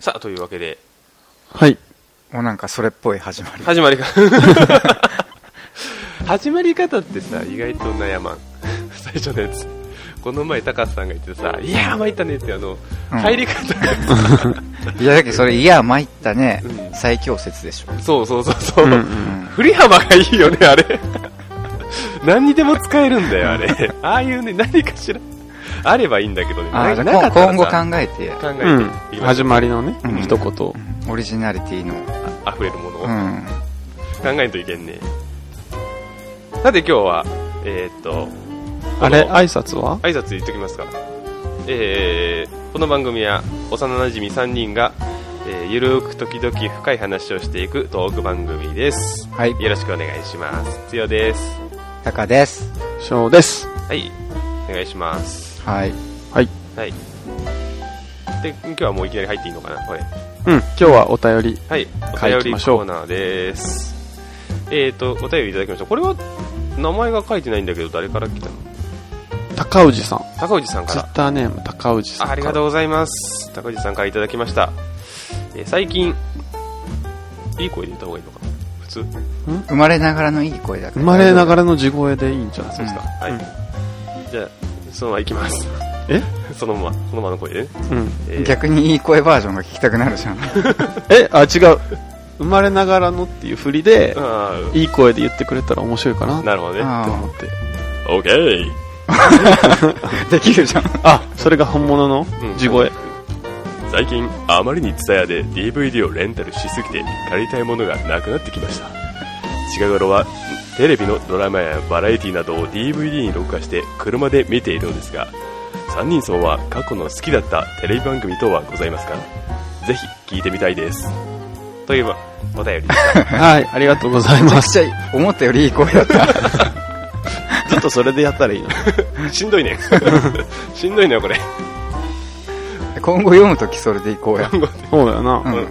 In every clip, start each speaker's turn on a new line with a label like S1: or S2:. S1: さあというわけで
S2: はい。
S3: もうなんかそれっぽい始まり。
S1: 始まりか 始まり方ってさ意外と悩まん最初のやつこの前高瀬さんが言ってさ「いやー参ったね」ってあの、
S3: うん
S1: 入り方が
S3: いや、だけどそれ、いや、参ったね
S1: うん。
S3: 最強説でしょ。
S1: そうそうそうそう、
S2: うんう。
S3: うんん
S1: 振り幅がいいよねあれ何にでも使えるんだよあれああいうね何かしらあればいいんだけどね
S3: あ
S1: な
S3: ーじゃあ
S1: なかったら
S3: 今後考
S1: さ
S3: えて、
S1: 考えて、
S2: うん。
S1: 今
S2: 始まりのね、
S3: うん
S2: 一言。
S3: オリジナリティの。
S1: あ溢れるものを、
S3: うん。
S1: 考えんといけんねさて今日はえーっと
S2: あれ、
S1: この
S2: 挨拶は
S1: 挨拶言っときますかえーこの番組は幼なじみ3人が、えーゆるーく時々深い話をしていくトーク番組です
S3: はい。
S1: よろしくお願いしますつよです
S3: タカです。
S2: 翔です。
S1: はいお願いします
S3: はい。
S2: はい。
S1: はいで今日はもういきなり入っていいのかなこれ
S2: うん。今日はお便り。
S1: はい、
S2: はい
S1: お
S2: 行き
S1: 便
S2: ま
S1: り
S2: しょう
S1: コーナーです。えっ、ー、と、お便りいただきました。これは、名前が書いてないんだけど、誰から来たの
S2: 高氏さん。
S1: 高内さんか
S2: ツイ
S1: ら
S2: ッターネーム高氏さ
S1: あ。
S2: んから。
S1: ありがとうございます。高内さんからいただきました。えー最近、いい声で言った方がいいのかな普通
S3: 生まれながらのいい声だか
S2: 生
S3: ら。
S2: まれながらの地声でいいんじゃないですか。
S1: はい、じゃあ、そのまま行きます。
S2: え
S1: そのまま、そのままの声でね。
S2: うん。
S1: えー
S3: 逆にいい声バージョンが聞きたくなるじゃ ん。
S2: え、あ、違う。生まれながらのっていう振りで、
S1: あ
S2: いい声で言ってくれたら面白いかな
S1: ー
S2: って
S1: なるほどね。
S3: あ
S2: 思って。
S1: オッケー
S3: できるじゃん。
S2: あ、それが本物の
S1: うん
S2: 地声。
S1: 最近あまりに TSUTAYA で DVD をレンタルしすぎて借りたいものがなくなってきました近頃はテレビのドラマやバラエティなどを DVD に録画して車で見ているのですが3人さんは過去の好きだったテレビ番組等はございますかぜひ聞いてみたいですというお便り
S2: はい、ありがとうござい
S3: めちゃ
S2: ま
S3: く
S2: す。
S3: ちゃいい思ったよりいい声だった。
S2: ちょっとそれでやったらいいの。
S1: しんどい ねしんどいねこれ
S3: 今後読むときそれでいこうや。
S2: そうだよな。
S3: うん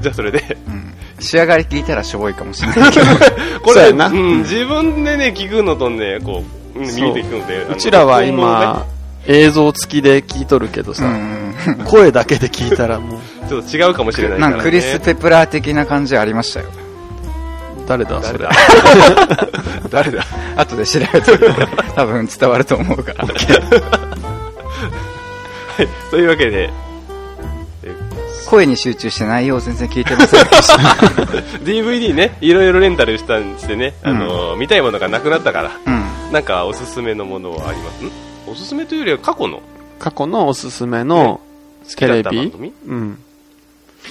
S1: じゃあそれで
S3: うん。仕上がり聞いたらしょぼいかもしれない けど。
S1: こ
S2: そう
S1: れ
S2: やな
S1: うん、自分でね聞くのとねこう、うん、見て聞くのであの
S2: うちらは
S1: 録音もね
S2: 今、映像付きで聞いとるけど
S3: う
S2: さ、
S3: ん。
S2: 声だけで聞いたらもう、
S1: ちょっと違うかもしれないから、
S3: な
S1: ね、
S3: んかクリス・ペプラー的な感じありましたよ。
S2: 誰だ
S1: 誰
S2: それ
S1: だ。誰だ
S3: 後で調べてみて多分伝わると思うから。
S1: はい、というわけで、え
S3: 声に集中して内容を全然聞いてませんでした。
S1: DVD ね、いろいろレンタルしたんしてね、あのー見たいものがなくなったから、
S3: うん。
S1: なんかおすすめのものはありますんおすすめというよりは過去の
S2: 過去のおすすめの
S1: 好き
S2: テ
S1: だ
S2: レ
S1: った番
S2: ビ
S1: 組
S2: うん。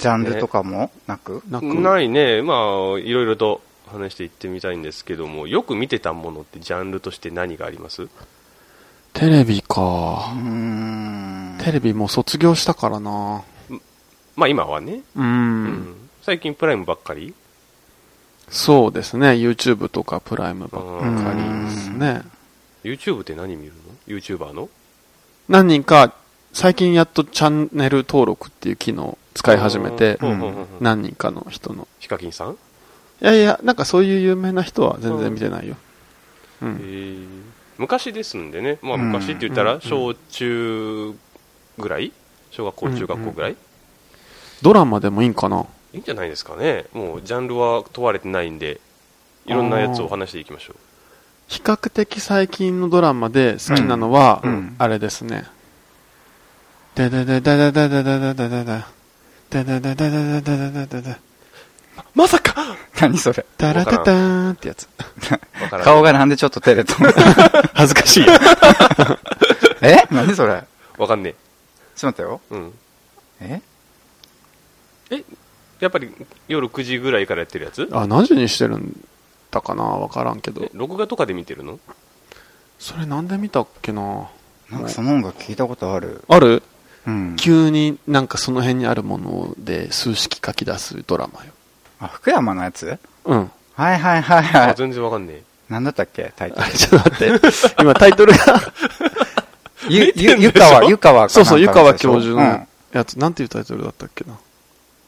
S3: ジャンルとかもなく、
S2: なく。
S1: ないね、まあ、いろいろと話していってみたいんですけども、よく見てたものってジャンルとして何があります
S2: テレビ
S3: う
S2: か。
S3: ーん。
S2: テレビもう卒業したからな。
S1: まあ今はね、
S2: う。
S1: うん最近プライムばっかり
S2: そうですね。YouTube とかプライムばっ
S1: う
S2: か
S1: ん
S2: りですね。
S1: YouTube って何見るの ?YouTuber の
S2: 何人か、最近やっとチャンネル登録っていう機能使い始めて、
S1: うんうんうんうん
S2: 何人かの人の。
S1: ヒカキンさん、
S2: いやいや、なんかそういう有名な人は全然見てないよ。
S1: え
S2: うん。
S1: ー昔ですんでね、まあ、
S3: うん
S1: 昔って言ったら小中ぐらい小学校
S2: うん
S1: 中学校ぐらい、
S2: ドラマでもいいんかない
S1: いんじゃないですかねもうジャンルは問われてないんでいろんなやつを話していきましょ
S2: 比較的最近のドラマで好きなのは
S3: うんうん、
S2: あれですね。でででででででででででで。ででででででででででで。
S1: うまさか
S3: 何それ。
S2: だらだだーんってやつ。
S1: わからん
S3: 顔がなんでちょっと照れた
S2: 恥ずかしい。
S3: え何それ
S1: わかんね
S3: ちょっと待ってよ。
S1: え、うん、
S3: え
S1: やっぱり夜9時ぐらいからやってるやつ
S2: あ、何時にしてるんだかなわからんけど
S1: え。録画とかで見てるの
S2: それなんで見たっけな
S3: なんかその音楽聞いたことある。
S2: ある
S3: うん。
S2: 急になんかその辺にあるもので数式書き出すドラマよ。
S3: あ、福山のやつ
S2: うん。
S3: はいはいはいは
S1: あ
S3: い。
S1: 全然わかんね
S3: 何だったっけタイトル
S2: あ。れ、ちょっと待って。 今タイトルが。
S3: ゆ、ゆ、ゆかわ、ゆかわかなんか
S2: そうそう、湯川
S3: でしょ
S2: 教授
S3: う
S2: の
S3: ん
S2: やつ、なんていうタイトルだったっけな。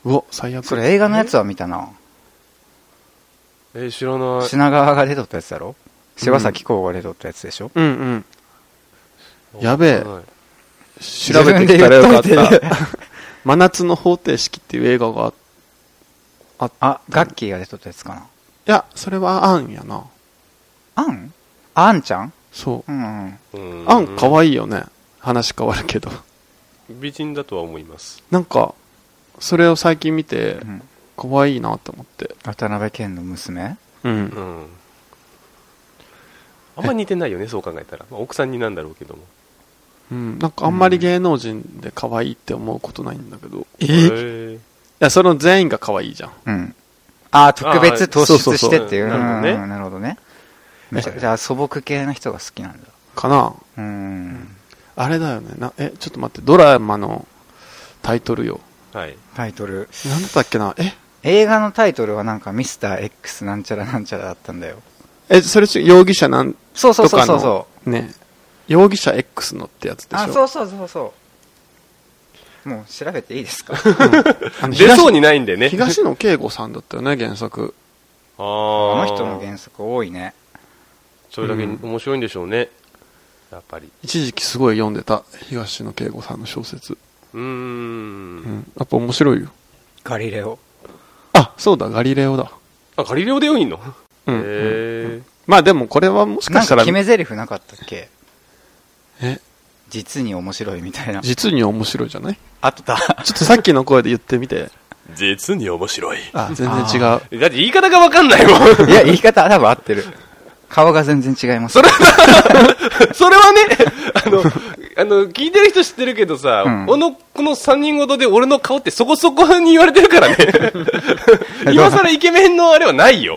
S2: うわ、最悪。
S3: それ映画のやつは見たな。
S1: ええー知らない
S3: 品川が出とったやつだろ柴咲コウが出とったやつでしょ
S2: うんうん。やべえ
S1: わかんない
S2: 調べてきたらよかっ
S3: 自分で言っとい
S2: た。
S3: て
S2: 真夏の方程式っていう映画が、い
S3: あ、ガッキーが出とったやつかな。
S2: や、それはアンやな。
S3: アンアンちゃん
S2: そ
S3: うんうん。
S1: うん
S2: う。アン可愛いよね。話変わるけど。
S1: 美人だとは思います
S2: なんか、それを最近見て
S3: う、ん
S2: 可愛いなと思って。
S3: 渡辺謙の娘
S2: うん
S1: う。んあんま似てないよねそう考えたら、まあ、奥さんになんだろうけども
S2: うん。なんかあんまり芸能人で可愛いって思うことないんだけど。
S1: へ
S2: い
S1: ー
S2: や、その全員が可愛いじゃん。
S3: うん。ああ、特別突出してっていう。
S1: あーそうそうそう
S3: うんなるほどね。
S2: え
S3: めちゃくちゃ素朴系の人が好きなんだ。
S2: かな
S3: うん。
S2: あれだよね。な、え、ちょっと待って、ドラマのタイトルよ。
S1: はい
S3: タイトル。
S2: なんだったっけなえ
S3: 映画のタイトルはなんかミスター X なんちゃらなんちゃらだったんだよ。
S2: え、それち容疑者なん、
S3: そうそうそうそ
S2: とか
S3: う
S2: の
S3: そう。
S2: ね。容疑者 X のってやつでしょ
S3: あ、そううそうそうそう。もう調べていいですか
S2: あの
S1: 出そう
S2: 東
S1: にないんでね
S2: 東野圭吾さんだったよね、原作。
S1: あ
S3: こ
S1: の
S3: の人の原作多いね。
S1: それだけ面白いんでしょうね、やっぱり
S2: 一時期すごい読んでた、東野圭吾さんの小説。
S1: うーん
S2: うん。やっぱ面白いよ。
S3: ガリレオ。
S2: あ、そうだ、ガリレオだ。
S1: あガリレオでよいんの、
S2: うん。
S1: へえ
S2: まあでもこれはもしか
S3: なん
S2: し
S3: か
S2: た
S3: ら決、め台詞なかったっけ
S2: え、
S3: 実に面白いみたいな。
S2: 実に面白いじゃない
S3: あった。
S2: ちょっとさっきの声で言ってみて。
S1: 実に面白い
S2: あ、全然違う。
S1: だって言い方が分かんないもん
S3: いや、言い方多分合ってる。顔が全然違います。
S1: それそれは ねあのあの聞いてる人知ってるけどさ、
S3: うん
S1: このこの3人ごとで俺の顔ってそこそこに言われてるからね今更イケメンのあれはないよ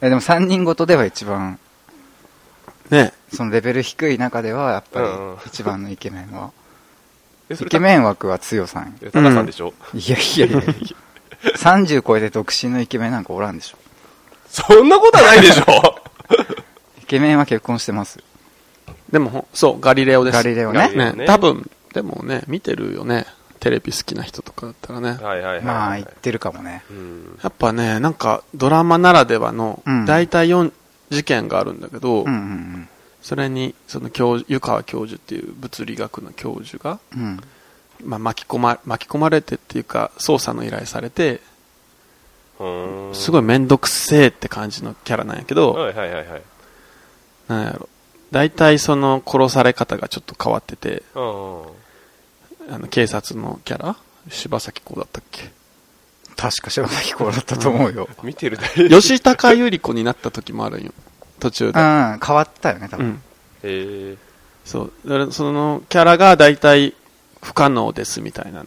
S3: えでも3人ごとでは一番、
S2: ね。
S3: そのレベル低い中では、やっ
S1: うんうん
S3: ぱり一番のイケメンは。
S1: えそ
S3: イ
S1: れ
S3: ケメン枠は強さんよ。
S1: タカさんでしょ、
S3: いやいやいや30超えて独身のイケメンなんかおらんでしょ。
S1: そんなことはないでしょ
S3: イケメンは結婚してます。
S2: でもほ、そう、ガリレオです。
S3: ガリレオ
S1: ガリレ
S3: ね。
S1: オね
S2: ね。多分、でもね、見てるよね。テレビ好きな人とかだったらね。
S1: はいはいはい、はい、
S3: まあ、言ってるかもね。
S1: うん
S2: やっぱね、なんかドラマならではの
S3: うん、
S2: 大体4事件があるんだけ
S3: う
S2: ど、
S3: んうん
S2: それに、その教授、湯川教授っていう物理学の教授が、
S3: うん。うん。
S2: まあ、巻き込ま、巻き込まれてっていうか、捜査の依頼されて、
S1: うん
S2: すごいめんどくせえって感じのキャラなんやけど、
S1: はいはいはいはい
S2: なんやろ。大体その殺され方がちょっと変わってて、
S1: うんうん
S2: あの、警察のキャラ柴咲コウだったっけ
S3: 確か柴咲コウだったと思うよ。
S1: 見てるだけ
S2: 吉高由里子になった時もあるんよ。途中
S3: う
S2: で。
S3: ん、変わったよね、多
S2: う
S3: 分。
S2: ん。
S1: へえ
S2: そう。だからそのキャラが大体不可能ですみたいな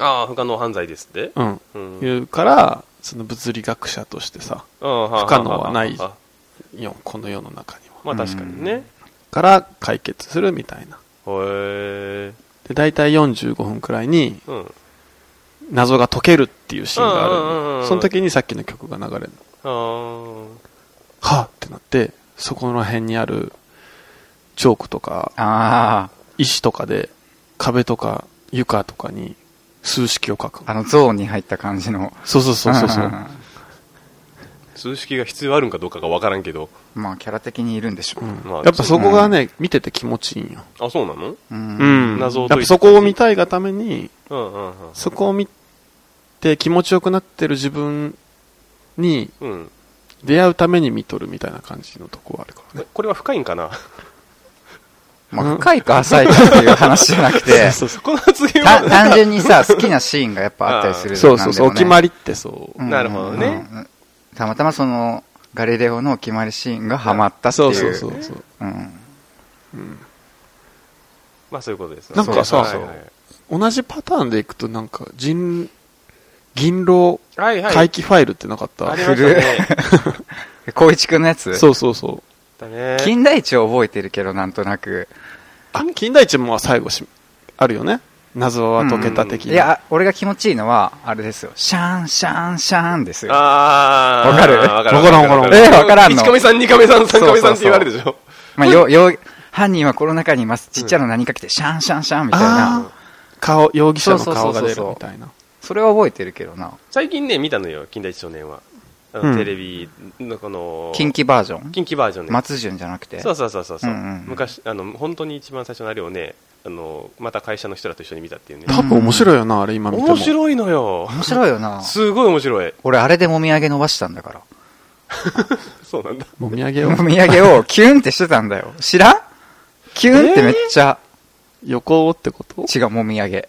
S1: ああ不可能犯罪ですって
S2: の。
S1: うん
S2: うん。言うから、その物理学者としてさ、
S1: 不
S2: 不可能はない
S1: ま
S2: よ、この世の中には。
S1: あ確かにね。
S2: から解決するみたいな。
S1: へえ。
S2: で、大体45分くらいに
S1: うん。
S2: 謎が解けるっていうシーンがあるんよ
S1: うんうんうんうん
S2: その時にさっきの曲が流れる。
S1: あー
S2: はぁってなって、そこら辺にあるチョークとか
S3: あ
S2: 石とかで壁とか床とかに数式を書く
S3: あ、。あのゾーンに入った感じの。
S2: そうそうそうそうそ
S3: んん
S2: う。
S3: ん
S1: 数式が必要あるんかどうかがわからんけど。
S3: まあ、キャラ的にいるんでしょう。
S2: うん
S1: まあ
S2: やっぱそこがね、見てて気持ちいいんよ。
S1: あ、そうなの
S3: うん
S2: うん。やっ
S1: 謎を
S2: ぱ
S1: 解いて
S2: そこを見たいがために、
S1: うんうんうん。
S2: そこを見て気持ちよくなってる自分に
S1: うん。
S2: 出会うために見とるみたいな感じのとこはあるからね。
S1: これは深いんかな
S3: まあ、深いか浅いかっていう話じゃなくて、
S1: そう そうこの発言
S3: た
S1: は。
S3: 単純にさ、好きなシーンがやっぱあったりする
S2: そうそうそう、お決ま
S3: り。
S2: りってそうう。
S3: ん
S1: なるほどね。
S3: うんたまたまその、ガリレオのお決まりシーンがハマったってい。
S2: そううそうそうそう。
S3: うん。
S1: まあそういうことですね。
S2: なんかさ
S1: はいはい
S2: 同じパターンでいくとなんか、人、銀狼
S1: はいはい。
S2: 回帰ファイルってなかっ
S1: あ
S2: た
S1: りましたね。
S3: 光一くんのやつ
S2: そうそうそう。
S1: だ ね。
S3: 金田一を覚えてるけど、なんとなく。
S2: あ、金田一も最後し、あるよね。謎は解けた的
S3: い
S2: な。
S3: や、俺が気持ちいいのは、あれですよ。シャン、シャン、シャンですよ。
S1: ああ。
S3: わかる
S1: わかる。
S2: わからんわから
S3: んえわからんの
S1: 1カメさん、2カメさん、3カメさんって言われるでしょ。
S3: まあ、よ、よ、犯人はこの中にいます。ちっちゃな何か来て、シャン、シャン、シャンみたい
S2: あ
S3: な。
S2: ー顔、容疑者の顔が
S3: そうそうそう
S2: 出
S3: そ
S2: る
S3: う
S2: みたいな。
S3: それは覚えてるけどな。
S1: 最近ね、見たのよ、金田一少年は。あの
S2: うん
S1: テレビのこの、
S3: 近畿バージョン
S1: 近畿バージョンで。
S3: 松潤じゃなくて。
S1: そうそうそうそう。う
S3: うんうん
S1: 昔、あの、本当に一番最初のあれをね、あのまた会社の人らと一緒に見たっていうね
S3: ん
S2: 多分面白いよな、あれ今見ても。
S1: 面白いのよ
S3: 面白いよな。
S1: すごい面白い
S3: 俺、あれでもみあげ伸ばしたんだから。
S1: そうなんだ
S2: もみあげを
S3: もみあげをキュンってしてたんだよ。知らんキュンってめっちゃ、
S2: 横って こと
S3: 違う、もみあげ。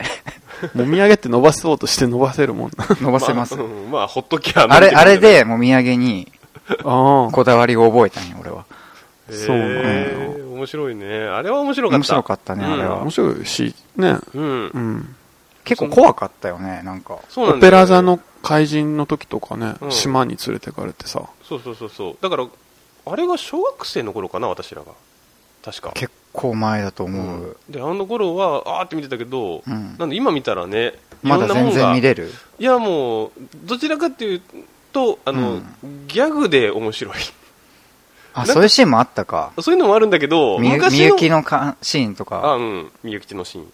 S2: もみあげって伸ばそうとして伸ばせるもんな。
S3: 伸ばせます。
S1: まあうんまあほっときゃ
S3: あれ、あれ
S1: なんて
S3: でもみあげに
S2: ああ。
S3: こだわりを覚えたんよ、俺は。
S1: ことね
S2: そうなのよ
S1: へー面白いねあれは面白かった
S3: 面白かったね、
S1: うん
S3: あれは
S2: 面。白いし、ね。
S1: うん
S2: うん。
S3: 結構怖かったよね、なんか。
S1: そうな
S2: オ
S1: んだ
S2: ペ
S1: よね
S2: ラ座の怪人の時とかね、
S1: うん
S2: 島に連れてかれてさ。
S1: そうそうそうそうだからあれが小学生の頃かな私らが確か
S3: 結構前だと思
S1: うん
S3: う。
S1: であの頃はあーって見てたけど、
S3: うん
S1: なんで今見たらねい
S3: ま
S1: ろん
S3: だ
S1: なも
S3: 全
S1: ん
S3: 然
S1: が
S3: 見
S1: い
S3: れる
S1: やもうどちらかっていうとあの、ギャグで面白い
S3: あ、そういうシーンもあったか。
S1: そういうのもあるんだけど
S3: みゆみ
S1: 昔
S3: ゆ
S1: の
S3: きのかシーンと
S1: あ
S3: か、
S1: うんみゆきちのシーン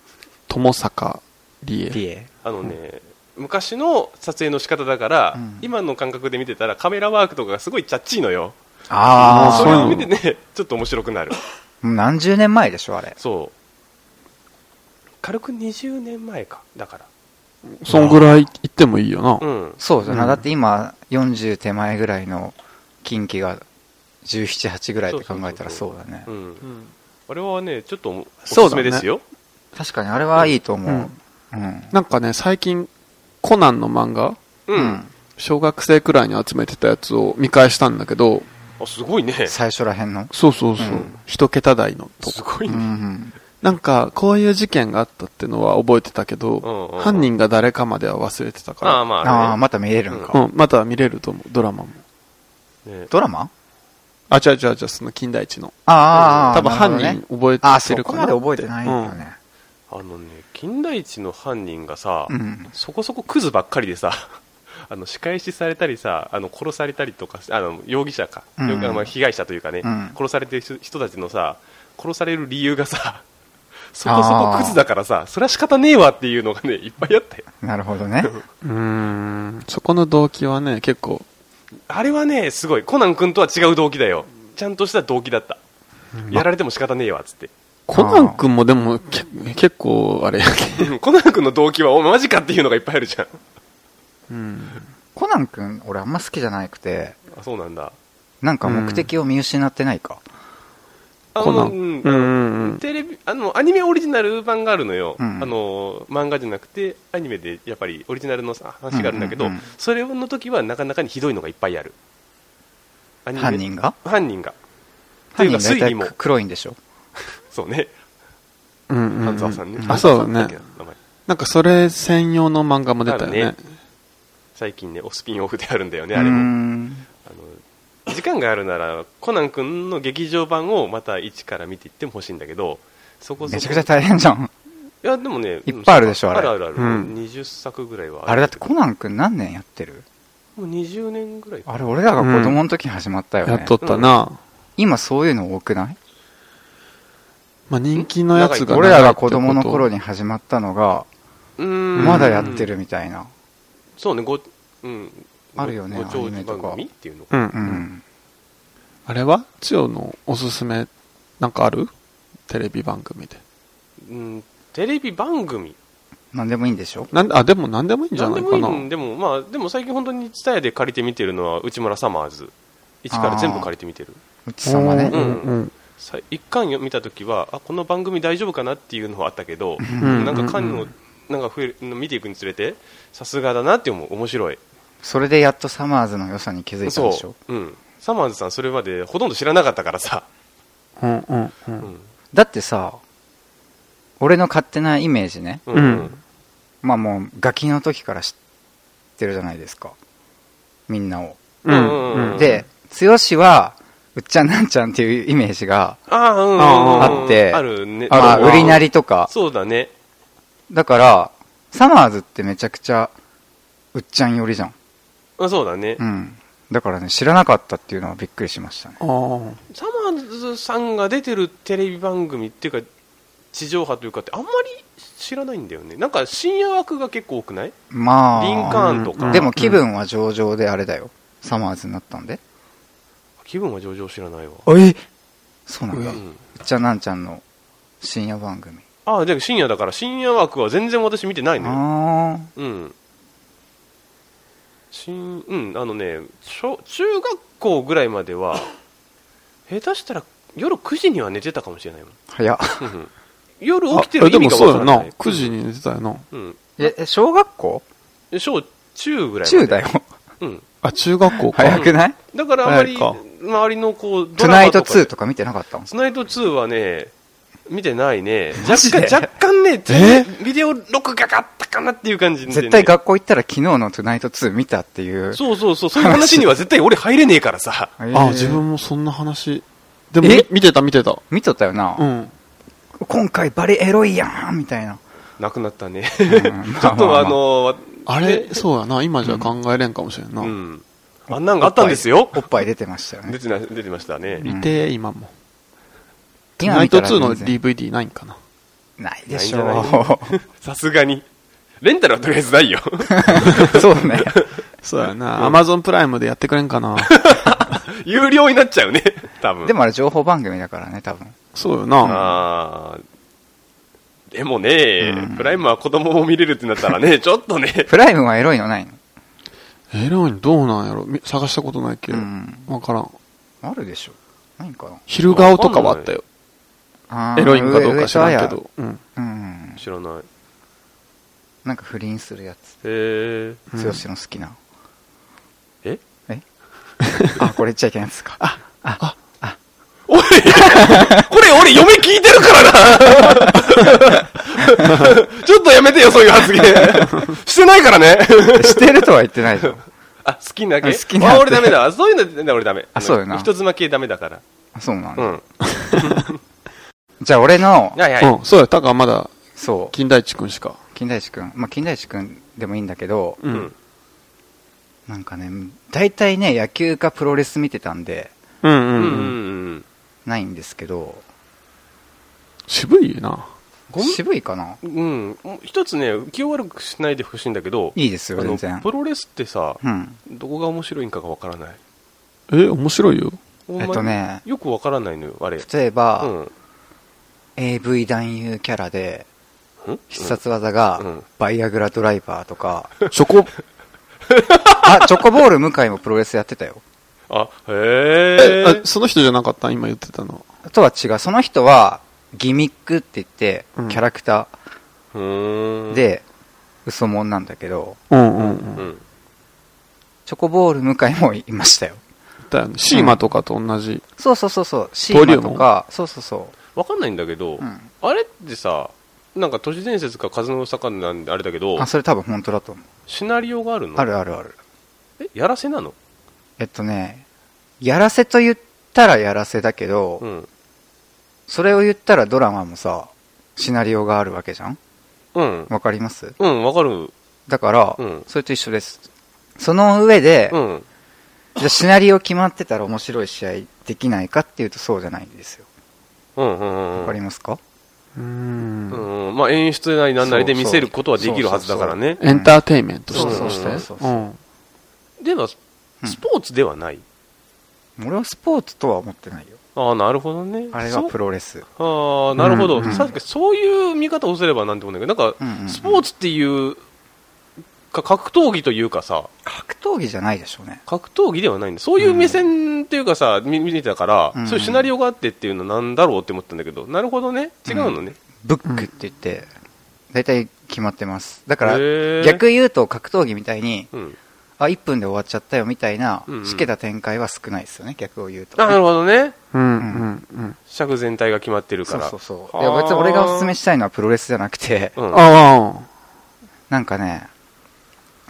S2: 友坂理恵。
S3: リエ。
S1: あのね、昔の撮影の仕方だから、
S3: うん
S1: 今の感覚で見てたらカメラワークとかがすごいチャッチーのよ
S3: あ
S1: それ
S2: もうそう
S1: を
S2: いう
S1: 見
S2: の
S1: てね ちょっと面白くなる
S3: あ、もう何十年前でしょ、あれ。
S1: そう軽く20年前かだから
S2: そんぐらい行ってもいいよな。
S1: うん
S3: そうだな、
S2: うん
S3: だって今、40手前ぐらいの近畿が17、8ぐらいって考えたら
S1: そ
S3: そうだね
S1: う。ん
S2: うん
S1: あれはねちょっとおお
S2: そ
S1: す
S2: う
S1: す
S2: だ
S1: め
S2: ね
S1: ですよ、
S3: 確かに、あれはいいと思う。う
S2: うん
S3: ん。
S2: なんかね、最近、コナンの漫画、
S1: うん
S2: 小学生くらいに集めてたやつを見返したんだけど、
S1: あすごいねす
S3: 最初らへんの。
S2: そうそうそう
S3: う。ん
S2: 一、桁台のとこ。
S1: ご
S3: う
S1: い
S3: んう
S1: ね、
S3: ん。
S2: なんか、こういう事件があったってのは覚えてたけど、
S1: んうんうん
S2: 犯人が誰かまでは忘れてた
S1: ああ
S2: か
S1: まあ、ね、
S3: ああ、また見れるん
S2: ら、
S3: か。
S2: うん、また見れると思う、ドラマも。
S1: ね
S3: ドラマ
S2: あ、違う違う違う、その近代一の。
S3: ああ、
S2: 多分
S3: なる
S2: 犯
S3: ほどね
S2: 人
S3: あ
S2: 覚え
S3: あ、
S2: て
S3: そ
S2: る
S3: こ
S2: か
S3: ま
S2: な
S3: で覚えてないんだよ
S2: うん
S3: ね。
S1: あのね金田一の犯人がさ、
S3: うん。
S1: そこそこクズばっかりでさ あの仕返しされたりさあの殺されたりとかあの容疑者か、
S3: うん
S1: 容疑あまあ被害者というかね、
S3: うん
S1: 殺されてる人人たちのさ殺される理由がさそこそこクズだからさそれは仕方ねえわっていうのがねいっぱいあったよ
S3: なるほどね。
S2: うーん、そこの動機はね、結構、
S1: あれはねすごいコナン君とは違う動機だよちゃんとした動機だった、やられても仕方ねえわっつって
S2: コナン君もでも、け結構、あれやけ。
S1: うんコナン君の動機はおマジかっていうのがいっぱいあるじゃん
S2: うん。
S3: コナン君、俺あんま好きじゃなくて、
S1: あそうなんだ
S3: なんか目的を見失ってないか。
S1: あ
S2: コナン。
S1: う
S2: うんんうんうん。
S1: テレビあのアニメオリジナル版があるのよ、
S3: うん
S1: あの漫画じゃなくてアニメでやっぱりオリジナルのさ話があるんだけど、
S3: うんうんうん
S1: それの時はなかなかにひどいのがいっぱいあるアニメ
S3: 犯人が
S1: 犯人がとい
S3: 犯
S1: うか
S3: 人大
S1: 推理も
S3: 体黒いんでしょ。
S1: そうね
S2: うんうんうん
S1: 半沢さんね、
S2: あ、そうだ
S1: 半沢さんっけ
S2: ね
S1: な。名前
S2: なんかそれ専用の漫画も出たよ
S1: ある
S2: ね
S1: ね。最近ねおスピンオフであるんだよ
S3: う
S1: ねあれ
S3: ー
S1: も
S3: ん。
S1: あの時間があるならコナン君の劇場版をまた一から見ていっても欲しいんだけどそこそこ
S3: めちゃくちゃ大変じゃん。
S1: いやでもね
S3: いっぱいあるでしょあれ
S1: あるあるある、
S2: うん
S1: 20作ぐらいは
S3: あれだってコ
S1: ん
S3: ナン君何年やってる
S1: もう20年ぐらい
S3: あれ俺らが子供の時に始まったよね。
S2: やっとったな。
S3: 今そういうの多くない
S2: まあ人気のやつが
S3: 俺らが子供の
S2: に
S3: 頃に始まったのが、
S1: うーん
S3: まだやってるみたいな。
S1: そうねご、うん、
S3: あるよね
S1: ごご長
S3: アニ
S1: 寿
S3: メと
S1: 番
S3: か
S1: 組っていうの
S2: うん、
S3: う
S2: うん。
S3: ん。
S2: あれは千代のおすすめ、なんかあるテレビ番組で。
S1: うんテレビ番組
S3: なんでもいいんでしょ
S2: なんで、あ、でも何でもいいんじゃ
S1: なんで
S2: ない
S1: も
S2: か
S1: いい
S2: な。
S1: んでもまあでも最近本当に蔦屋で借りて見てるのは内村サマーズ一から全部借りて見てる
S3: うちさま
S2: う
S3: ね。
S2: んうん。
S1: さ一巻よ見た時はあこの番組大丈夫かなっていうのはあったけど、
S2: ん
S1: なんか巻のなんか増える見ていくにつれてさすがだなって思う面白い
S3: それでやっとサマーズの良さに気づいたんでしょ
S1: そう、うん、サマーズさんそれまでほとんど知らなかったからさ、
S2: うんうんう。
S1: うんん
S3: だってさ、俺の勝手なイメージね。
S1: うん
S2: うん
S3: まあもうガキの時から知ってるじゃないですか。みんなを。
S2: うんうん。
S3: で、剛は、うっちゃんなんちゃんっていうイメージが、
S1: ああうんうん
S2: あ
S1: うん
S3: あって
S1: あるね
S3: まあ、
S2: るある
S3: 売りなりとか。
S1: そうだね
S3: だから、サマーズってめちゃくちゃ、うっちゃん寄りじゃん。
S1: あそうだね、
S3: うん。だからね、知らなかったっていうのはびっくりしましたね。
S2: ああ。
S1: サマーズさんが出てるテレビ番組っていうか地上波というかってあんまり知らないんだよねなんか深夜枠が結構多くない
S3: まあ、
S1: リンカーンとか、
S2: うん
S3: でも気分は上々であれだよ。サマーズになったんで。
S1: 気分は上々知らないわ、
S3: えそうなんだ。
S2: う
S3: うんっちゃんなんちゃんの深夜番組。
S1: あああじゃあ深夜だから深夜枠は全然私見てないのよ
S3: あ
S1: うんしんうんあのね小中学校ぐらいまでは下手したら夜9時には寝てたかもしれないもん
S3: あ早っ
S1: うんうん夜起きてる
S2: あ
S1: 意
S2: で
S1: 味
S2: も
S1: が
S2: そう
S1: わ
S2: や
S1: か
S2: ろ
S1: ら
S2: な
S1: ない、
S2: 9時に寝てたよな
S1: うん
S3: ええ小学校
S1: で小中ぐらいまで
S3: 中だよ
S1: うん
S2: あ中学校か
S3: 早くない
S1: だからあんまり
S2: 早いか
S1: 周りのこう
S3: トゥナイト2とか見てなかったん
S1: ツナイト2はね、見てないね。
S3: マ
S1: 若
S3: ジで
S1: 干、若干ね、
S2: え
S1: ビデオ録画があったかなっていう感じで、ね。
S3: 絶対学校行ったら昨日のトゥナイト2見たっていう。
S1: そうそうそう、そういう話には絶対俺入れねえからさ。
S3: えー
S2: あ自分もそんな話でも
S3: え
S2: み見てた見てた
S3: 見とったよな。
S2: うん
S3: 今回バレエロいやんみたいな。
S1: なくなったね。
S3: ち
S1: ちょ
S3: ょ
S1: っとあ、の
S2: あ
S1: ね
S2: れそうやな今じゃ考えれんかもしれんな、
S1: うん。あんなんがあったんですよ
S3: お。っぱい出てましたよね
S1: 出。てな、出てましたね。
S2: 見て今も「
S3: 今
S2: ナイ
S3: 見
S2: ト
S3: たら
S2: 2」の
S3: 全然
S2: DVD ないんかな
S3: ないでし
S1: ないんじ
S3: ょ
S1: さすがに。レンタルはとりあえずないよ。
S3: う。 そうね。
S2: そうやなアマゾンプライムでやってくれんかな
S1: 有料になっちゃうね。多分。
S3: でもあれ情報番組だからね、多分。
S2: そうよな
S1: あーでもね、
S3: うん
S1: プライムは子供も見れるってなったら ね、ちょっとね、
S3: プライムはエロいのないの
S2: エロいんどうなんやろみ探したことないけど、
S3: う
S2: わ
S3: ん
S2: からん
S3: あるでしょ。ないんかな
S2: 昼顔とかはあったよ
S3: あー
S2: エロいんかどうか知らんけ。
S3: 上上
S2: ど、うん
S3: 戸彩うん。
S1: 知らない。
S3: なんか不倫するやつ。
S1: え
S2: う
S3: 剛
S2: ん
S3: の好きな。
S1: ー、え
S3: え あ、これ言っちゃいけないやつか。
S1: おいこれ俺嫁聞いてるか らなちょっとやめてよ、そういう発言。してないから ね。
S3: してるとは言ってないでしょ。
S1: あ、好きな系
S3: 好きな系
S1: あ俺ダメだ。そういうの俺ダメ。
S3: あそうよな
S1: 人妻系ダメだから。
S3: あそうな
S1: う
S3: の。
S1: ん。
S3: じゃあ俺の、
S1: はいはい。
S2: うん、そうやだからまだ
S3: そう、
S2: 金田一君しか
S3: 金田一くん。まあ、金田一くんでもいいんだけど、
S2: う、
S1: うんん。
S3: なんかね、大体ね、野球かプロレス見てたんで、
S2: うん
S1: う
S2: うんん
S1: う
S2: うん、
S1: ん。
S3: ないんですけど、
S2: 渋いな
S1: ごめん
S3: 渋いかな
S1: うん。一つね、気を悪くしないでほしいんだけど、
S3: いいです
S1: あ
S3: よ、
S1: の
S3: 全然
S1: プ。ロレスってさ、
S3: うん。
S1: どこが面白いんかがわからない。
S2: え面白いよ
S1: ほんま
S3: えっ
S1: に
S3: とね、
S1: よくわからないのよ、あれ。
S3: 例えば、
S1: うん。
S3: AV 男優キャラで、
S1: うん
S3: 必殺技
S1: う
S3: が
S1: ん、
S3: バイアグラドライバーとか、
S2: チョコ
S3: あ、チョコボール向井もプロレスやってたよ。
S1: あ、へ
S2: え
S1: え
S2: あ。その人じゃなかった今言ってたの
S3: とは違う、その人は、ギミックって言って
S2: う、ん
S3: キャラクタ
S1: うー
S3: ー
S1: ん、
S3: で、嘘もんなんだけど、
S2: うんうんうん、
S1: うん。
S3: チョコボール向井もいましたよ。
S2: だよねシーマとかと同じ、
S3: そうそうそうそう、シーマとか、そうそうそ
S1: わかんないんだけど、
S3: う。うん。
S1: あれってさ、なんか都市伝説か風の坂なんであれだけど
S3: あ、、それ多分本当だと思う。
S1: シナリオがあるの
S3: あるあるある。
S1: え、やらせなの
S3: えっとね、やらせと言ったらやらせだけど、
S1: うん。
S3: それを言ったらドラマもさ、シナリオがあるわけじゃん
S1: うん。
S3: わかります
S1: うん、わかる。
S3: だから、
S1: うん
S3: それと一緒です。その上で、
S1: うん。
S3: じゃあシナリオ決まってたら面白い試合できないかっていうとそうじゃないんですよ。
S1: うん、うん、うん。
S3: わかりますか、
S2: うー、
S1: うんん、うんまあ演出なりなんなりで見せることはできるはずだからね。
S2: エンターテインメントとして
S1: そうそう
S3: そう
S2: う
S3: そうん
S1: では、ス
S3: うん
S1: ポーツではない。
S3: 俺はスポーツとは思ってないよ。
S1: ああ、なるほどね。
S3: あれは
S1: そう
S3: プロレス。
S1: ああ、なるほど。
S3: うんうん
S1: 確かにそういう見方をすればなんてもないけど、なん
S3: うんうんう
S1: か、
S3: ん
S1: スポーツっていう、か格闘技というかさ、
S3: 格闘技じゃないでしょうね。
S1: 格闘技ではないんだそういう目線っていうかさ、み見てたから、
S3: うん
S1: そういうシナリオがあってっていうのなんだろうって思ったんだけどなるほどね違うのね、
S3: ブックって言って、大体決まってます。だか
S1: へー
S3: ら、逆言うと格闘技みたいに、
S1: うん
S3: あ、1分で終わっちゃったよみたいな
S1: うんう、ん
S3: しけた展開は少ないですよね、逆を言うと。
S1: あなるほどね
S2: うんうんうん
S1: 尺全体が決まってる
S3: そ
S1: か
S3: う
S1: ら
S3: そうそう。
S1: はい
S3: や、別に俺がおすすめしたいのはプロレスじゃなく て、
S1: うん
S2: あ
S3: なんかね、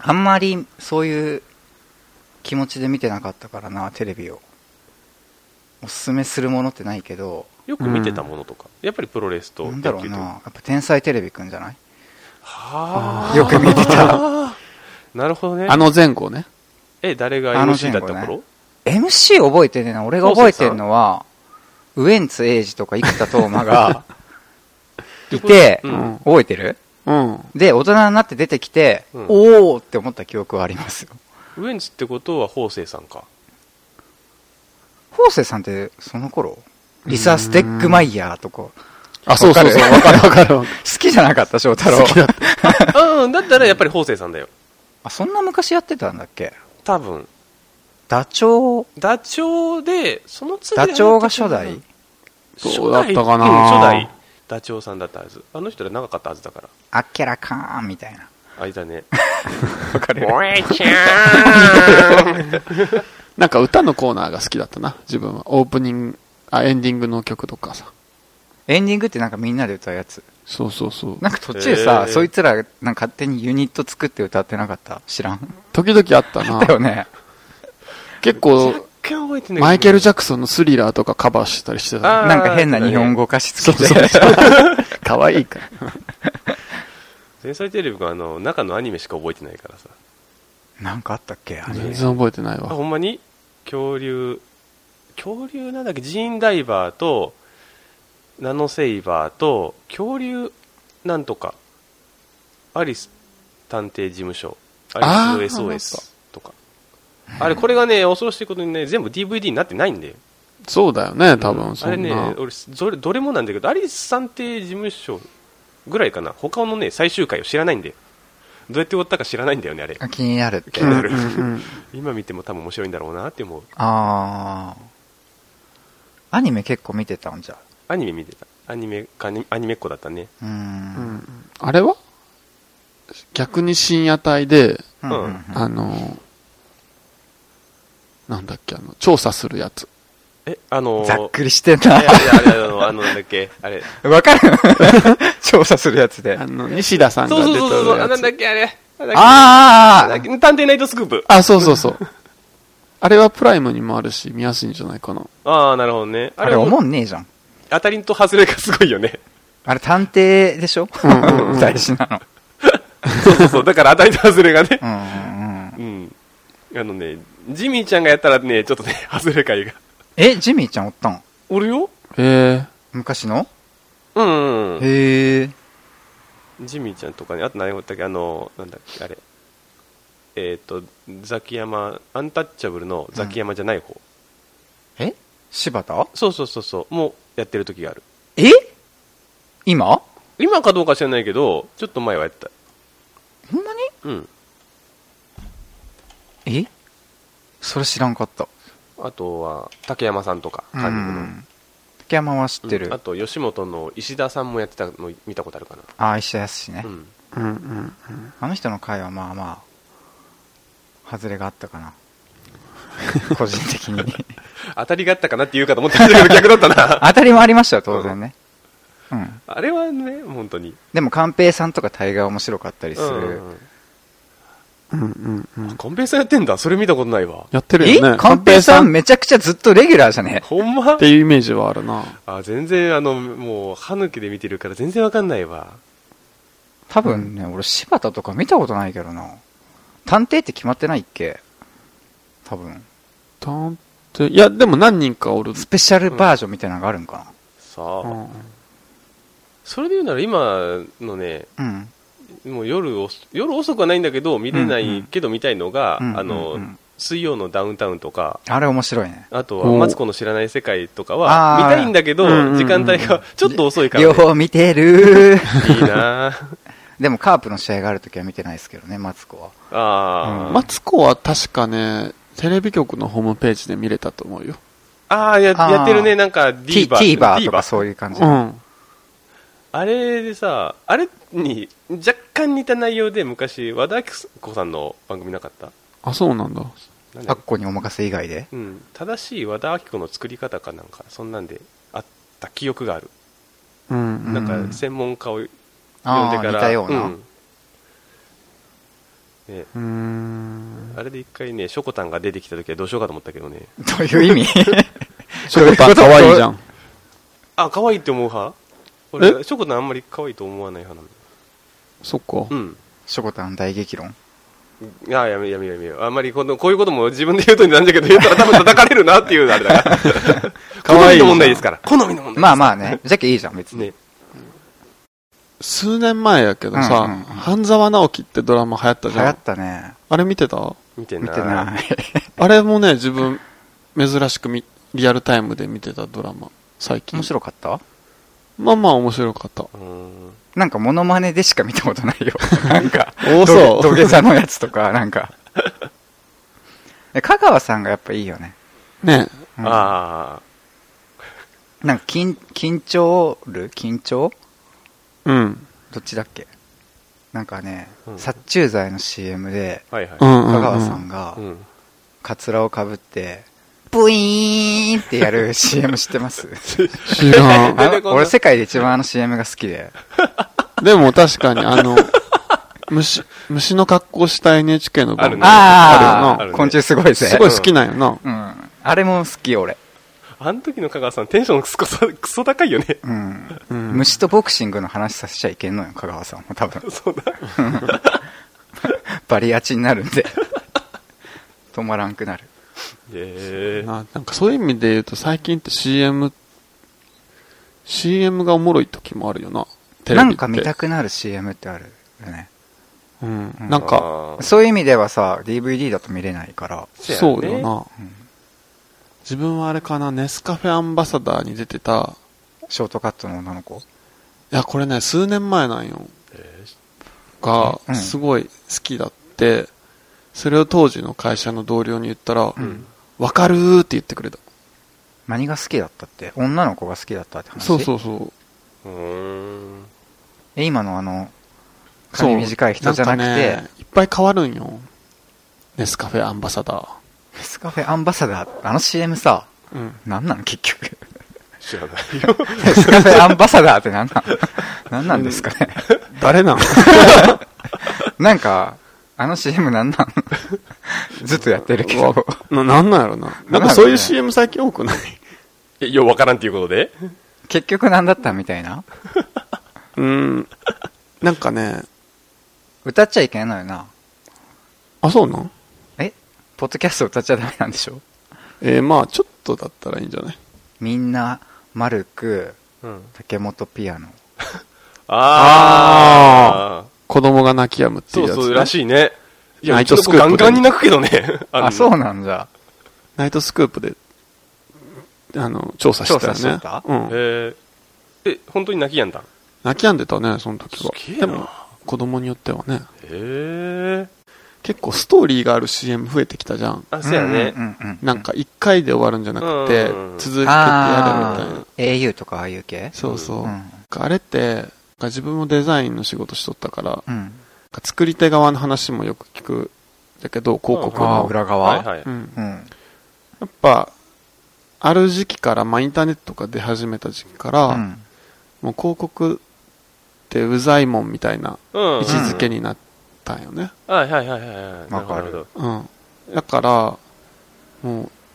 S3: あんまりそういう気持ちで見てなかったからな、テレビを。おすすめするものってないけど、
S1: よく見てたものとか、やっぱりプロレスと
S3: なんだろうな、
S1: は
S3: やっぱ天才テレビくんじゃない
S1: あ
S3: よく見てた。
S1: なるほどね
S2: ああの前後ね
S1: え誰が
S3: あの
S1: MC
S3: 前
S1: だ
S3: 後
S1: っ
S3: ね
S1: た頃
S3: MC 覚えてねえな、俺が覚えてるのは、ウエンツ瑛士とか生田斗真 がいて、
S1: うん
S3: 覚えてる
S2: うん
S3: で、大人になって出てきて、
S1: うん
S3: おーって思った記憶はありますよ。
S1: ウエンツってことは法政さんか
S3: 方正さんってその頃リサ・ステックマイヤーとか、
S2: あ、そうそうそう。わ
S3: わ
S2: か
S3: か
S2: る
S3: る
S2: わかるわかる。
S3: 好きじゃなかった翔太郎
S2: 好きだった。
S1: うん、だったらやっぱり方正さんだよ。
S3: あそんな昔やってたんだっけ
S1: 多分。
S3: ダチョウ
S1: ダチョウで、その次
S3: ダチョウが初代
S1: 初代
S2: どうだったかな
S1: うん初代ダチョウさんだったはず。あの人ら長かったはずだから。
S3: あっけらかーんみたいな
S1: あいだね。
S3: わかる
S1: おえち ゃーん
S2: なんか歌のコーナーが好きだったな、自分は。オープニング、あ、エンディングの曲とかさ。
S3: エンディングってなんかみんなで歌うやつ
S2: そうそうそう。
S3: なんか途中
S1: へ
S3: さ、
S1: ー
S3: そいつらなんか勝手にユニット作って歌ってなかった知らん
S2: 時々あった
S3: だよ
S2: な。
S3: ね
S2: 結構
S1: 若、干覚えてない。
S2: マイケル・
S1: ジ
S2: ジャクソンのスリラーとかカバーしてたりしてたね。
S1: あー
S3: なんか変な日本語歌詞
S2: そう
S3: 作って
S2: そうそう。かわいいから。
S1: 天才テレビがあの、中のアニメしか覚えてないからさ。
S3: なんかあったっけあれ
S2: 全然覚えてない
S1: あ、
S2: わ。
S1: ほんまに恐竜、恐竜なんだっけジーンダイバーと、ナノセイバーと、恐竜なんとか、アリス探偵事務所、アリス
S2: あー
S1: SOS とか。あれ、これがね、恐ろしいことにね、全部 DVD になってないんだよ。
S2: そうだよね、多分。そ
S1: あれ
S2: ん
S1: ね
S2: な。、
S1: 俺どれ、どれもなんだけど、アリス探偵事務所ぐらいかな、他のね、最終回を知らないんだよ。どうやって終わったか知らないんだよね、あれ。
S3: あ気になるって
S1: 気になる
S2: うんうんうん
S1: 今見ても多分面白いんだろうなって思う。
S3: ああアニメ結構見てたんじゃ
S1: アニメ見てた。アニメ、アニアニメっ子だったね。
S3: うー
S2: うんんあれは逆に深夜帯で、
S3: うんうんうん
S2: あの、なんだっけ、あの、調査するやつ。
S1: え、あのー、
S3: ざっくりしてん
S1: いやいや
S3: な
S1: あれあの、あの、なんだっけ、あれ。
S3: わかる調査するやつで
S2: あの、西田さんが
S1: そう
S2: 出
S1: そう
S2: て
S1: そうそう、あ
S2: るや
S1: なんだ
S2: つ。
S1: っけ、あれ。なんだっけ
S3: あ
S1: なん
S3: ー
S1: だっけ探偵ナイトスクープ。
S2: あ、そうそう そう。あれはプライムにもあるし、見やすいんじゃないかな。
S1: ああ、なるほどね。
S3: あれお
S1: も
S3: もんねえじゃん
S1: 当たりと外れがすごいよね。
S3: あれ探偵でしょ
S2: んうんうん
S3: 大事なの
S1: そうそうそう、だから当たりと外れがね
S3: う。んうんうん
S1: うん。あのね、ジミーちゃんがやったらね、ちょっとね、 外れ会が。
S3: えジミーちゃんおったん
S1: おるよ
S2: へえ。
S3: 昔の
S1: うんうんうん。
S3: へえ
S1: ジミーちゃんとかね、あと何だったっけ、あの、なんだっけ、あれ。えっ、と、ザキヤマ、アンタッチャブルのザキヤマじゃない方。
S3: え柴田
S1: そうそうそうそう、もうやってる時がある。
S3: え今
S1: 今かどうか知らないけど、ちょっと前はやってた。
S3: ほんまに
S1: うん。
S3: えそれ知らんかった
S1: あとは、竹山さんとか、カンニングの
S3: うん竹山は知ってる、
S1: うんあと、吉本の石田さんもやってたの見たことあるかな。
S3: ああ石田康ね、
S1: うん。
S2: うんうんうん。
S3: あの人の回はまあまあ外れがあったかな 個人的に
S1: 当たりがあったかなって言うかと思ってたけど、逆だった な。
S3: 当たりもありましたよ当然ね、うん
S1: あれはね、本当に。
S3: でも寛平さんとか大概面白かったりす
S1: う
S3: る、
S1: んうんうん。
S2: うんうんうん。
S1: コンペイさんやってんだ。それ見たことない わ。
S2: やってる
S3: え
S2: よね。
S3: 寛平さ
S2: 寛
S3: んめちゃくちゃずっとレギュラーじゃね
S1: ほんま
S2: っていうイメージはあるな。
S1: あ、全然、あの、もう、歯抜きで見てるから全然わかんないわ。
S3: 多分ね、俺柴田とか見たことないけどな探偵って決まってないっけ多分
S2: 探偵。いや、でも何人かおる。
S3: スペシャルバージョンみたいなのがあるんか
S1: さ
S2: う
S1: あ、
S2: ん
S1: それで言うなら今のね、
S3: なうん、
S1: もう夜遅夜遅くはないんだけど、見れな
S3: うんう
S1: い
S3: ん
S1: けど見たいのが、
S3: うんうんうん
S1: あの、水曜のダウンタウンとか、
S3: あれ面白いね
S1: あとは、
S2: おう
S1: マツコの知らない世界とかは、見
S3: あー
S1: たいんだけど、
S2: うんうんうん
S1: 時間帯 がちょっと遅いから、
S3: 両
S1: ね、
S3: 方見てる
S1: いいなぁ
S3: でもカープの試合があるときは見てないですけどねマツコは
S1: あー、
S3: うん
S2: マツコは確かね、テレビ局のホームページで見れたと思うよ。
S1: あーや、
S3: あー
S1: やってるね、なんか、ディ
S3: T-
S1: ーバー。
S3: TVer と
S1: TVer
S3: かそういう感じ、
S2: うん。
S1: あれでさ、あれに若干似た内容で昔、和田アキ子さんの番組なかった
S2: あ、そうなんだ。
S1: なんだ
S3: ア
S1: っ
S3: ッ
S1: け
S3: コにお任せ以外で
S1: うん、正しい和田アキ子の作り方かなんか、そんなんであった記憶がある。
S2: うんうん。
S1: なん
S3: うん
S1: か、専門家を呼んで
S3: あ
S1: か
S3: あ
S1: ら。
S3: 似たような、
S1: んね
S2: うーん。
S1: あれで一回ね、しょこたんが出てきた時はどうしようかと思ったけどね。
S3: どういう意味
S2: ショ コタンかわいいじゃん。
S1: あ、可愛いって思う派俺、しょこたんあんまり可愛いと思わない派な
S2: そっか。
S1: の。うん。
S3: しょこたん大激論
S1: いや、やめやめやめよ。あんまりこの、こういうことも自分で言うとなんだけど、言ったら多分叩かれるなっていうあれだから。
S2: 可
S1: 好み
S2: 愛い
S1: の問題ですから。好みの問題。
S3: まあまあねじゃけいいじゃん別に、
S1: ね。
S2: 数年前やけどさ、
S3: うんうんうん
S2: 半沢直樹ってドラマ流行った
S3: 流
S2: じゃ
S3: 行
S2: ん。
S3: ったね
S2: あれ見てた
S1: 見て
S3: 見
S1: な
S3: てない
S2: あれもね、自分、珍しくみリアルタイムで見てたドラマ、最近。
S3: 面白かった
S2: まあまあ面白かった。
S1: うん
S3: なんかモノマネでしか見たことないよ。なんか、
S2: 多そ
S3: 土下
S2: う
S3: 土下座のやつとか、なんか。で香川さんがやっぱいいよね。
S2: ね
S3: うん
S1: ああ
S3: なんか緊、緊張る緊張
S2: うん。
S3: どっちだっけなんかね、
S1: うん
S3: 殺虫剤の CM で、
S1: はいはい、
S2: うんうん、うん。
S3: 香川さんが
S1: う、ん
S3: カツラをかぶって、ブイーンってやる CM 知ってます
S2: 知らん。
S3: あ
S1: 出てこない
S3: 俺世界で一番あの CM が好きで。
S2: でも確かに、 あの、虫、虫の格好した NHK の
S1: あるね
S2: ある
S1: あ
S2: よ
S1: る
S2: な。
S1: ね
S3: 昆虫すごいぜ。
S2: すごい好きなんよな。
S3: うん。あれも好き、俺。
S1: あの時の香川さんテンションクソクソ高いよね
S3: うん。
S2: うん
S3: 虫とボクシングの話させちゃいけんのよ、香川さんも多 分。
S1: そうだ
S3: バリアチになるんで。止まらんくなる。
S1: ええ
S2: ななんかそういう意味で言うと最近って CM、CM がおもろい時もあるよな。テレビ
S3: な
S2: って。
S3: んか見たくなる CM ってあるよね。
S2: うん
S3: う。ん
S2: なんか、
S3: そういう意味ではさ、DVD だと見れないから。
S2: そうよな。
S3: うん
S2: 自分はあれかな、ネスカフェアンバサダーに出てた、
S3: ショートカットの女の子。
S2: いや、これね、数年前なんよ。
S1: え
S2: が
S3: う、ん
S2: すごい好きだって、それを当時の会社の同僚に言ったら、わ、
S3: ん
S2: かるーって言ってくれた。
S3: 何が好きだったって女の子が好きだったって話。
S2: そうそううそ
S1: う
S2: う。
S1: ーん
S3: え、今のあの、
S2: そう
S3: 髪短い人じゃなく
S2: ん
S3: て、
S2: かね、いっぱい変わるんよ。ネスカフェアンバサダ
S3: ネスカフェアンバサダー、あの CM さ、
S2: ー。うん。
S3: なんなの結局。
S1: 知らないよ
S3: ネスカフェアンバサダーってなんなのなんなんですかね。
S2: 誰なん
S3: なんか、あの CM なんなんずっとやってるけ
S2: わ
S3: ど。
S2: な、なんなんやろな。なんかそういう CM 最近多くない
S1: えようわからんっていうことで
S3: 結局なんだったみたいな
S2: うん。なんかね、
S3: 歌っちゃいけないのよな。
S2: あ、そうなん
S3: えポッドキャスト歌っちゃダメなんでしょ
S2: えー、まあちょっとだったらいいんじゃない
S3: みんな、マルク、
S1: うん
S3: 竹本ピアノ。
S1: ああ
S2: 子供が泣き止むってい
S1: そうう
S2: やつ、ね。
S1: そうらしいねいや
S2: ナ
S1: う
S2: イ
S1: ち
S2: ト
S1: の
S2: ス
S1: 子
S2: クープで
S1: ガンガンに泣くけどね
S3: あ
S1: の
S3: そうなんだ。
S2: ナイトスクープで、あの、調査したよね。
S3: 調査しとった
S2: うん。
S1: えー、え本当に泣きやんだ
S2: 泣き止んでたね、その時は。
S1: すげえ
S2: で
S1: な
S2: も、子供によってはね。
S1: へえ
S2: 結構ストーリーがある CM 増えてきたじゃん。
S1: あそうやね
S3: うんうんうんうん
S2: なんか一回で終わるんじゃなくて
S1: うん、
S2: 続けてやるみたい
S3: あ
S2: な。
S3: ー au とかああいう系
S2: そうそう。
S3: う
S2: なん
S3: ん。
S2: かあれって、なんか自分もデザインの仕事しとったから、なん
S3: うん。
S2: か作り手側の話もよく聞くんだけど、広告
S3: ああ、
S2: の。
S3: 裏
S1: は
S3: 側、
S1: いはい、
S2: うん
S3: うん。
S2: やっぱ、ある時期から、まあインターネットが出始めた時期から、
S3: うん。
S2: もう広告ってうざいもんみたいな
S1: うん
S2: 位置づけになったんよね。
S1: はいはいはいはいはい
S3: わかる
S1: なほど
S2: うん。だから、もう、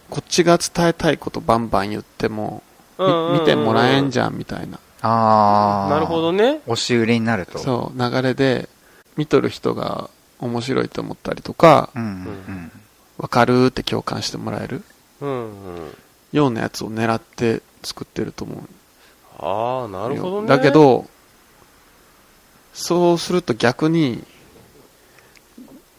S2: こっちが伝えたいことバンバン言っても、み見てもらえんじ
S1: ゃ
S2: ゃんみたいな。
S3: ああ。
S1: なるほど。ね
S3: 押し売りになると。う。
S2: そう、流れで、見とる人が面白いと思ったりとか、
S3: ん、うん。
S2: わかるって共感してもらえる
S1: うんうん
S2: ようなやつを狙って作ってると思う。
S1: ああなるほどね
S2: だけど、そうすると逆に、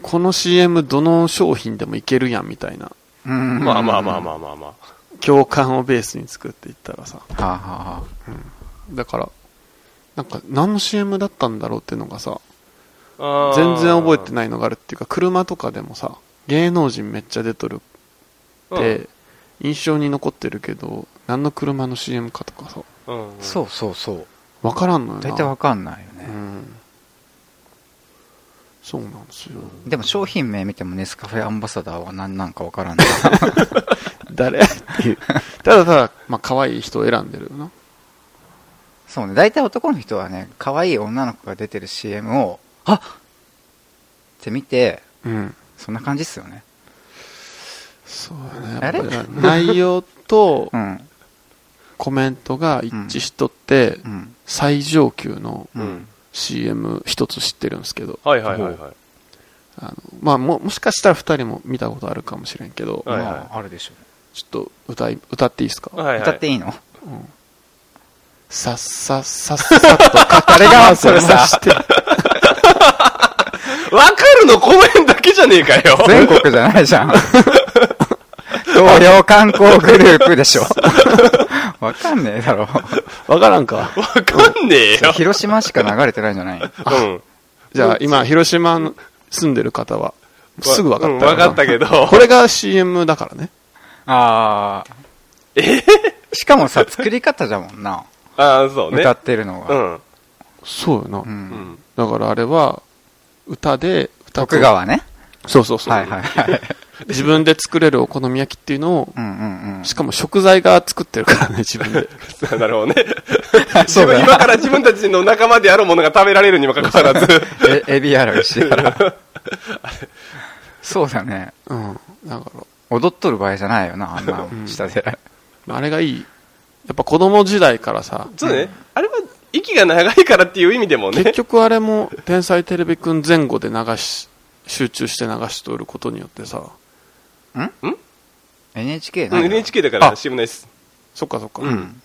S2: この CM どの商品でもいけるやんみたいな
S3: うん
S1: まあまあまあまあまあまあ
S2: 共感をベースに作っていったらさ、
S3: あ。はあ、はあは
S2: だから、なんか何の CM だったんだろうっていうのがさ、
S1: あー
S2: 全然覚えてないのがあるっていうか、車とかでもさ、芸能人めっちゃ出とるって、印象に残ってるけど、何の車の CM かとかさ、
S1: うんうん
S3: あ。そうそうそう。
S2: わからんのよな。
S3: 大体わかんないよ
S2: う
S3: ね。
S2: ん。そうなんですよ。
S3: でも商品名見てもネスカフェアンバサダーは何なんかわからん ない。
S2: 誰っていう。ただただ、まあ、可愛い人を選んでるよな。
S3: そうね。大体男の人はね、可愛い女の子が出てる CM を、あっって見て、
S2: うん。
S3: そんな感じっすよね。
S2: そうだね。
S3: あれ
S2: やっぱり内容と
S3: うん。
S2: コメントが一致しとって
S3: う、ん。
S2: 最上級の
S1: う
S3: うんん
S2: CM 一つ知ってるんですけど。
S1: はいはいはいはい
S2: あのまあ、も、もしかしたら二人も見たことあるかもしれんけど、
S1: はいはい
S3: まあ、あるでしょ
S2: ちょっと歌い、歌っていいですか、
S1: はいはい
S3: 歌って いいの
S2: うんさっさっさっさっとか かれ
S3: が
S2: それさして、
S1: わかるの公園だけじゃねえかよ
S3: 全国じゃないじゃん。同僚観光グループでしょ。わかんねえだろ。
S2: わからんか。
S1: わかんねえよ。
S3: 広島しか流れてないんじゃない
S1: うん。
S2: じゃあ今、広島の住んでる方は、すぐわかったよ
S1: うん
S2: な
S1: わかったけど。
S2: これが CM だからね。
S3: ああ。えしかもさ、作り方じゃもんな。
S1: ああ、そうね。
S3: 歌ってるの
S1: う
S3: が。
S1: ん。
S2: そうよな。
S3: う
S1: う
S3: ん
S1: ん。
S2: だからあれは、歌で、歌と
S3: 徳。川ね。
S2: そうそうそう。
S3: はいはいはい。
S2: 自分で作れるお好み焼きっていうのを、
S3: うんうんうん。
S2: しかも食材が作ってるからね、自分で。
S1: そう なるほどね。
S3: そうだよ
S1: 今から自分たちの仲間であるものが食べられるにもかかわらず。
S3: えエビやら牛やら。そうだね。
S2: うん。だから、
S3: 踊っとる場合じゃないよな、あんな
S2: うん
S3: 下で。
S2: まああれがいい。やっぱ子供時代からさ、
S1: そうね。あれは、息が長いからっていう意味でもね
S2: 結。局あれも、天才テレビくん前後で流し、集中して流しとることによってさ、
S3: NHK
S1: う
S3: なんい
S1: NHK だから
S2: あ
S1: CM ないです。
S2: そっかそっか。
S1: うん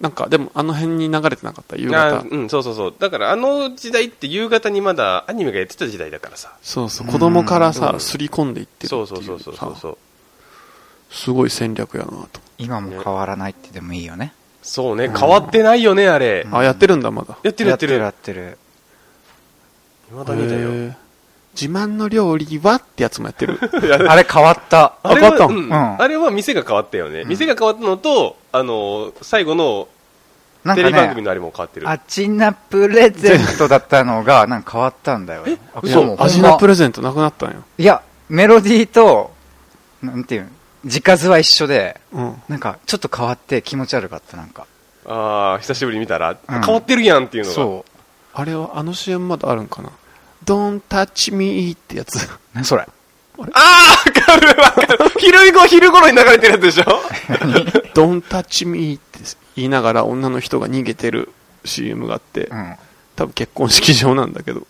S2: なんか、でもあの辺に流れてなかった、夕
S1: あ
S2: 方
S1: ー。うん、そうそうそう。だからあの時代って夕方にまだアニメがやってた時代だからさ。
S2: そうそう、子供から
S1: う
S2: さ、
S1: ん
S2: すり込んでいってるってい
S1: そう
S2: う。
S1: そうそうそうそう
S2: さ
S1: そう。
S2: すごい戦略やなと。
S3: 今も変わらないってでもいいよね。
S1: そうね、変わってないよね、あれ。
S2: あ、やってるんだ、まだ。
S1: やってるやって
S3: や
S1: る。
S3: ってるやってる。
S1: まだ見たよ。
S2: へー自慢の料理はってやつもやってる。
S3: あれ変わった。
S1: あれ
S2: あ
S1: は、
S2: 変わ
S1: う
S2: ったの
S1: ん
S3: うん
S1: あれは店が変わったよね。店が変わったのと、あの、最後の
S3: なん
S1: テレビ番
S3: か
S1: 組
S3: ね、
S1: のあれも変わってる。
S3: アチナプレゼントだったのが、なんか変わったんだよ。あ
S1: 嘘
S3: もうほんま
S2: 味のプレゼントなくなったんよ。
S3: いや、メロディーと、なんていうの、字数は一緒で、
S2: うん。
S3: なんかちょっと変わって気持ち悪かった、なんか。
S1: ああ、久しぶりに見たら、
S3: うん
S1: 変わってるやんっていうのが。
S3: そ
S2: あれは、あの CM まだあるんかな。Don't touch me ってやつ。
S3: う。何それ。
S1: ああ、わかるわかる。 昼ご、昼頃に流れてるやつでしょ
S2: Don't touch me って言いながら女の人が逃げてる CM があって
S3: う、ん。
S2: 多分結婚式場なんだけど。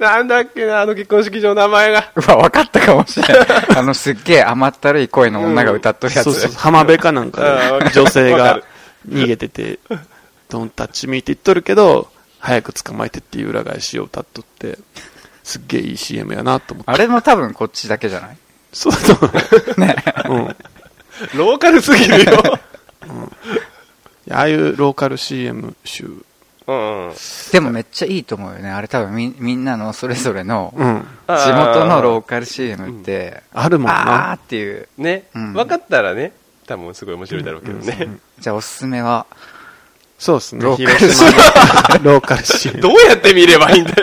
S1: なんだっけな、あの結婚式場の名前が。
S3: うわ、分かったかもしれない。 あの、すっげえ甘ったるい声の女が歌っとるやつ。
S2: そうそう、浜辺かな
S1: う
S2: ん
S1: んわ
S2: か
S1: か
S2: で
S1: る
S2: 女性
S1: わか
S2: が
S1: る
S2: 逃げてて、Don't touch me って言っとるけど、早く捕まえてっていう裏返しを歌っとって、すっげえいい CM やなと思って。
S3: あれも多分こっちだけじゃない
S2: そうそう。ね。うん。
S1: ローカルすぎる よ。
S2: ああいうローカル CM 集。
S1: うんうん。
S3: でもめっちゃいいと思うよね。あれ多分みみんなのそれぞれの
S2: う、ん。
S1: あー
S3: 地元のローカル CM って、
S2: あるもん
S3: あー
S2: な。
S3: っていう。
S1: ね、
S3: うん
S1: 分かったらね、多分すごい面白いだろうけどね。
S3: じゃあおすすめは、
S2: そうですね。
S3: ローカル
S2: 広島のローカル CM。
S1: どうやって見ればいいんだよ。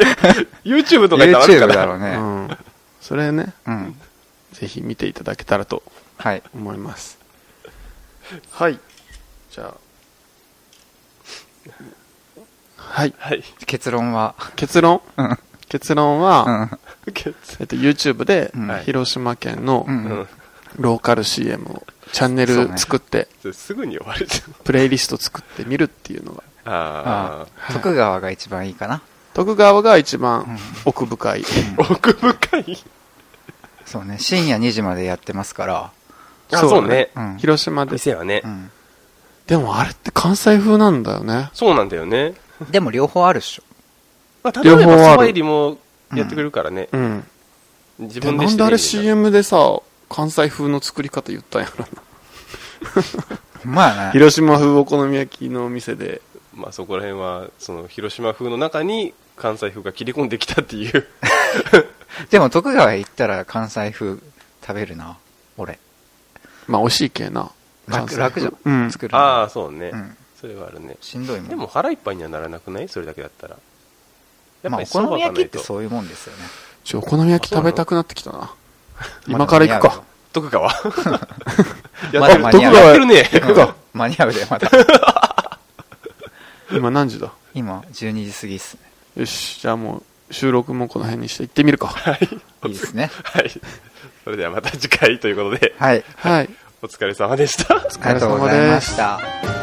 S1: YouTube とかにある
S3: YouTube
S1: から。
S3: だろう
S2: う
S3: ね。
S2: ん。それね、
S3: うん。
S2: ぜひ見ていただけたらと
S3: はい。
S2: 思います。はい。じゃあ。はい。
S1: はい。
S3: 結論は、
S2: 結論
S3: うん。
S2: 結論
S3: う
S2: は、
S3: ん。
S2: えっと、YouTube で
S3: うん
S1: はい
S2: 広島県の
S3: うん
S1: うん
S2: ローカル CM をチャンネ
S3: そうね
S2: ル作って、
S1: それすぐに終われちゃう。
S2: プレイリスト作ってみるっていうのが、
S1: あ
S3: あー徳川が一番いいかな。
S2: 徳川が一番奥深い。
S1: あ。奥深い。
S3: そうね。深夜2時までやってますから。
S1: あ
S2: そう
S1: そうね。
S3: うん。
S2: 広島で。
S1: 店はね
S3: う。ん。
S2: でもあれって関西風なんだよね。
S1: そうなんだよね。
S3: でも両方あるっしょ。
S1: まあ、例えば、
S2: 両方ある
S1: そば入りもやってくれるからね。
S2: うん。
S1: 自
S2: で
S1: 分で
S2: な
S1: して
S2: んであれ
S1: ていいんだ
S2: CM でさ、関西風の作り方言ったんやろな。
S3: ほんまやね。
S2: 広島風お好み焼きのお店で。
S1: まあ、そこら辺は、その、広島風の中に関西風が切り込んできたっていう。
S3: でも徳川行ったら関西風食べるな。俺。
S2: まあ、美味しい系な。関西
S3: 楽、楽
S2: 風
S3: じゃん。
S2: うん。
S3: 作るの。
S1: ああ、そうね、
S3: うん
S1: それはあるね。
S3: しんどいもん。
S1: でも、腹いっぱいにはならなくないそれだけだったら。やっ
S3: ま
S1: ぱ
S3: あ、
S1: り
S3: お
S1: そば
S3: 好み
S1: がな
S3: 焼きっ
S1: い
S3: て
S1: と。
S3: そういうもんですよね。
S2: ちょ、お好み焼き食べたくなってきたな。今から行くか。
S1: 徳川 や
S3: ま
S1: ってる
S3: だ間
S1: 徳
S3: に合う
S1: 川やってるね。
S3: 間に合うよ。うん間に合うで、まだ。
S2: 今何時だ
S3: 今、12時過ぎっすね。
S2: よし、じゃあもう収録もこの辺にして行ってみ るか。
S3: いいですね。
S1: はい。それではまた次回ということで、
S3: はい。
S2: はい。
S1: お疲れ様でした。
S3: ありがとうございました。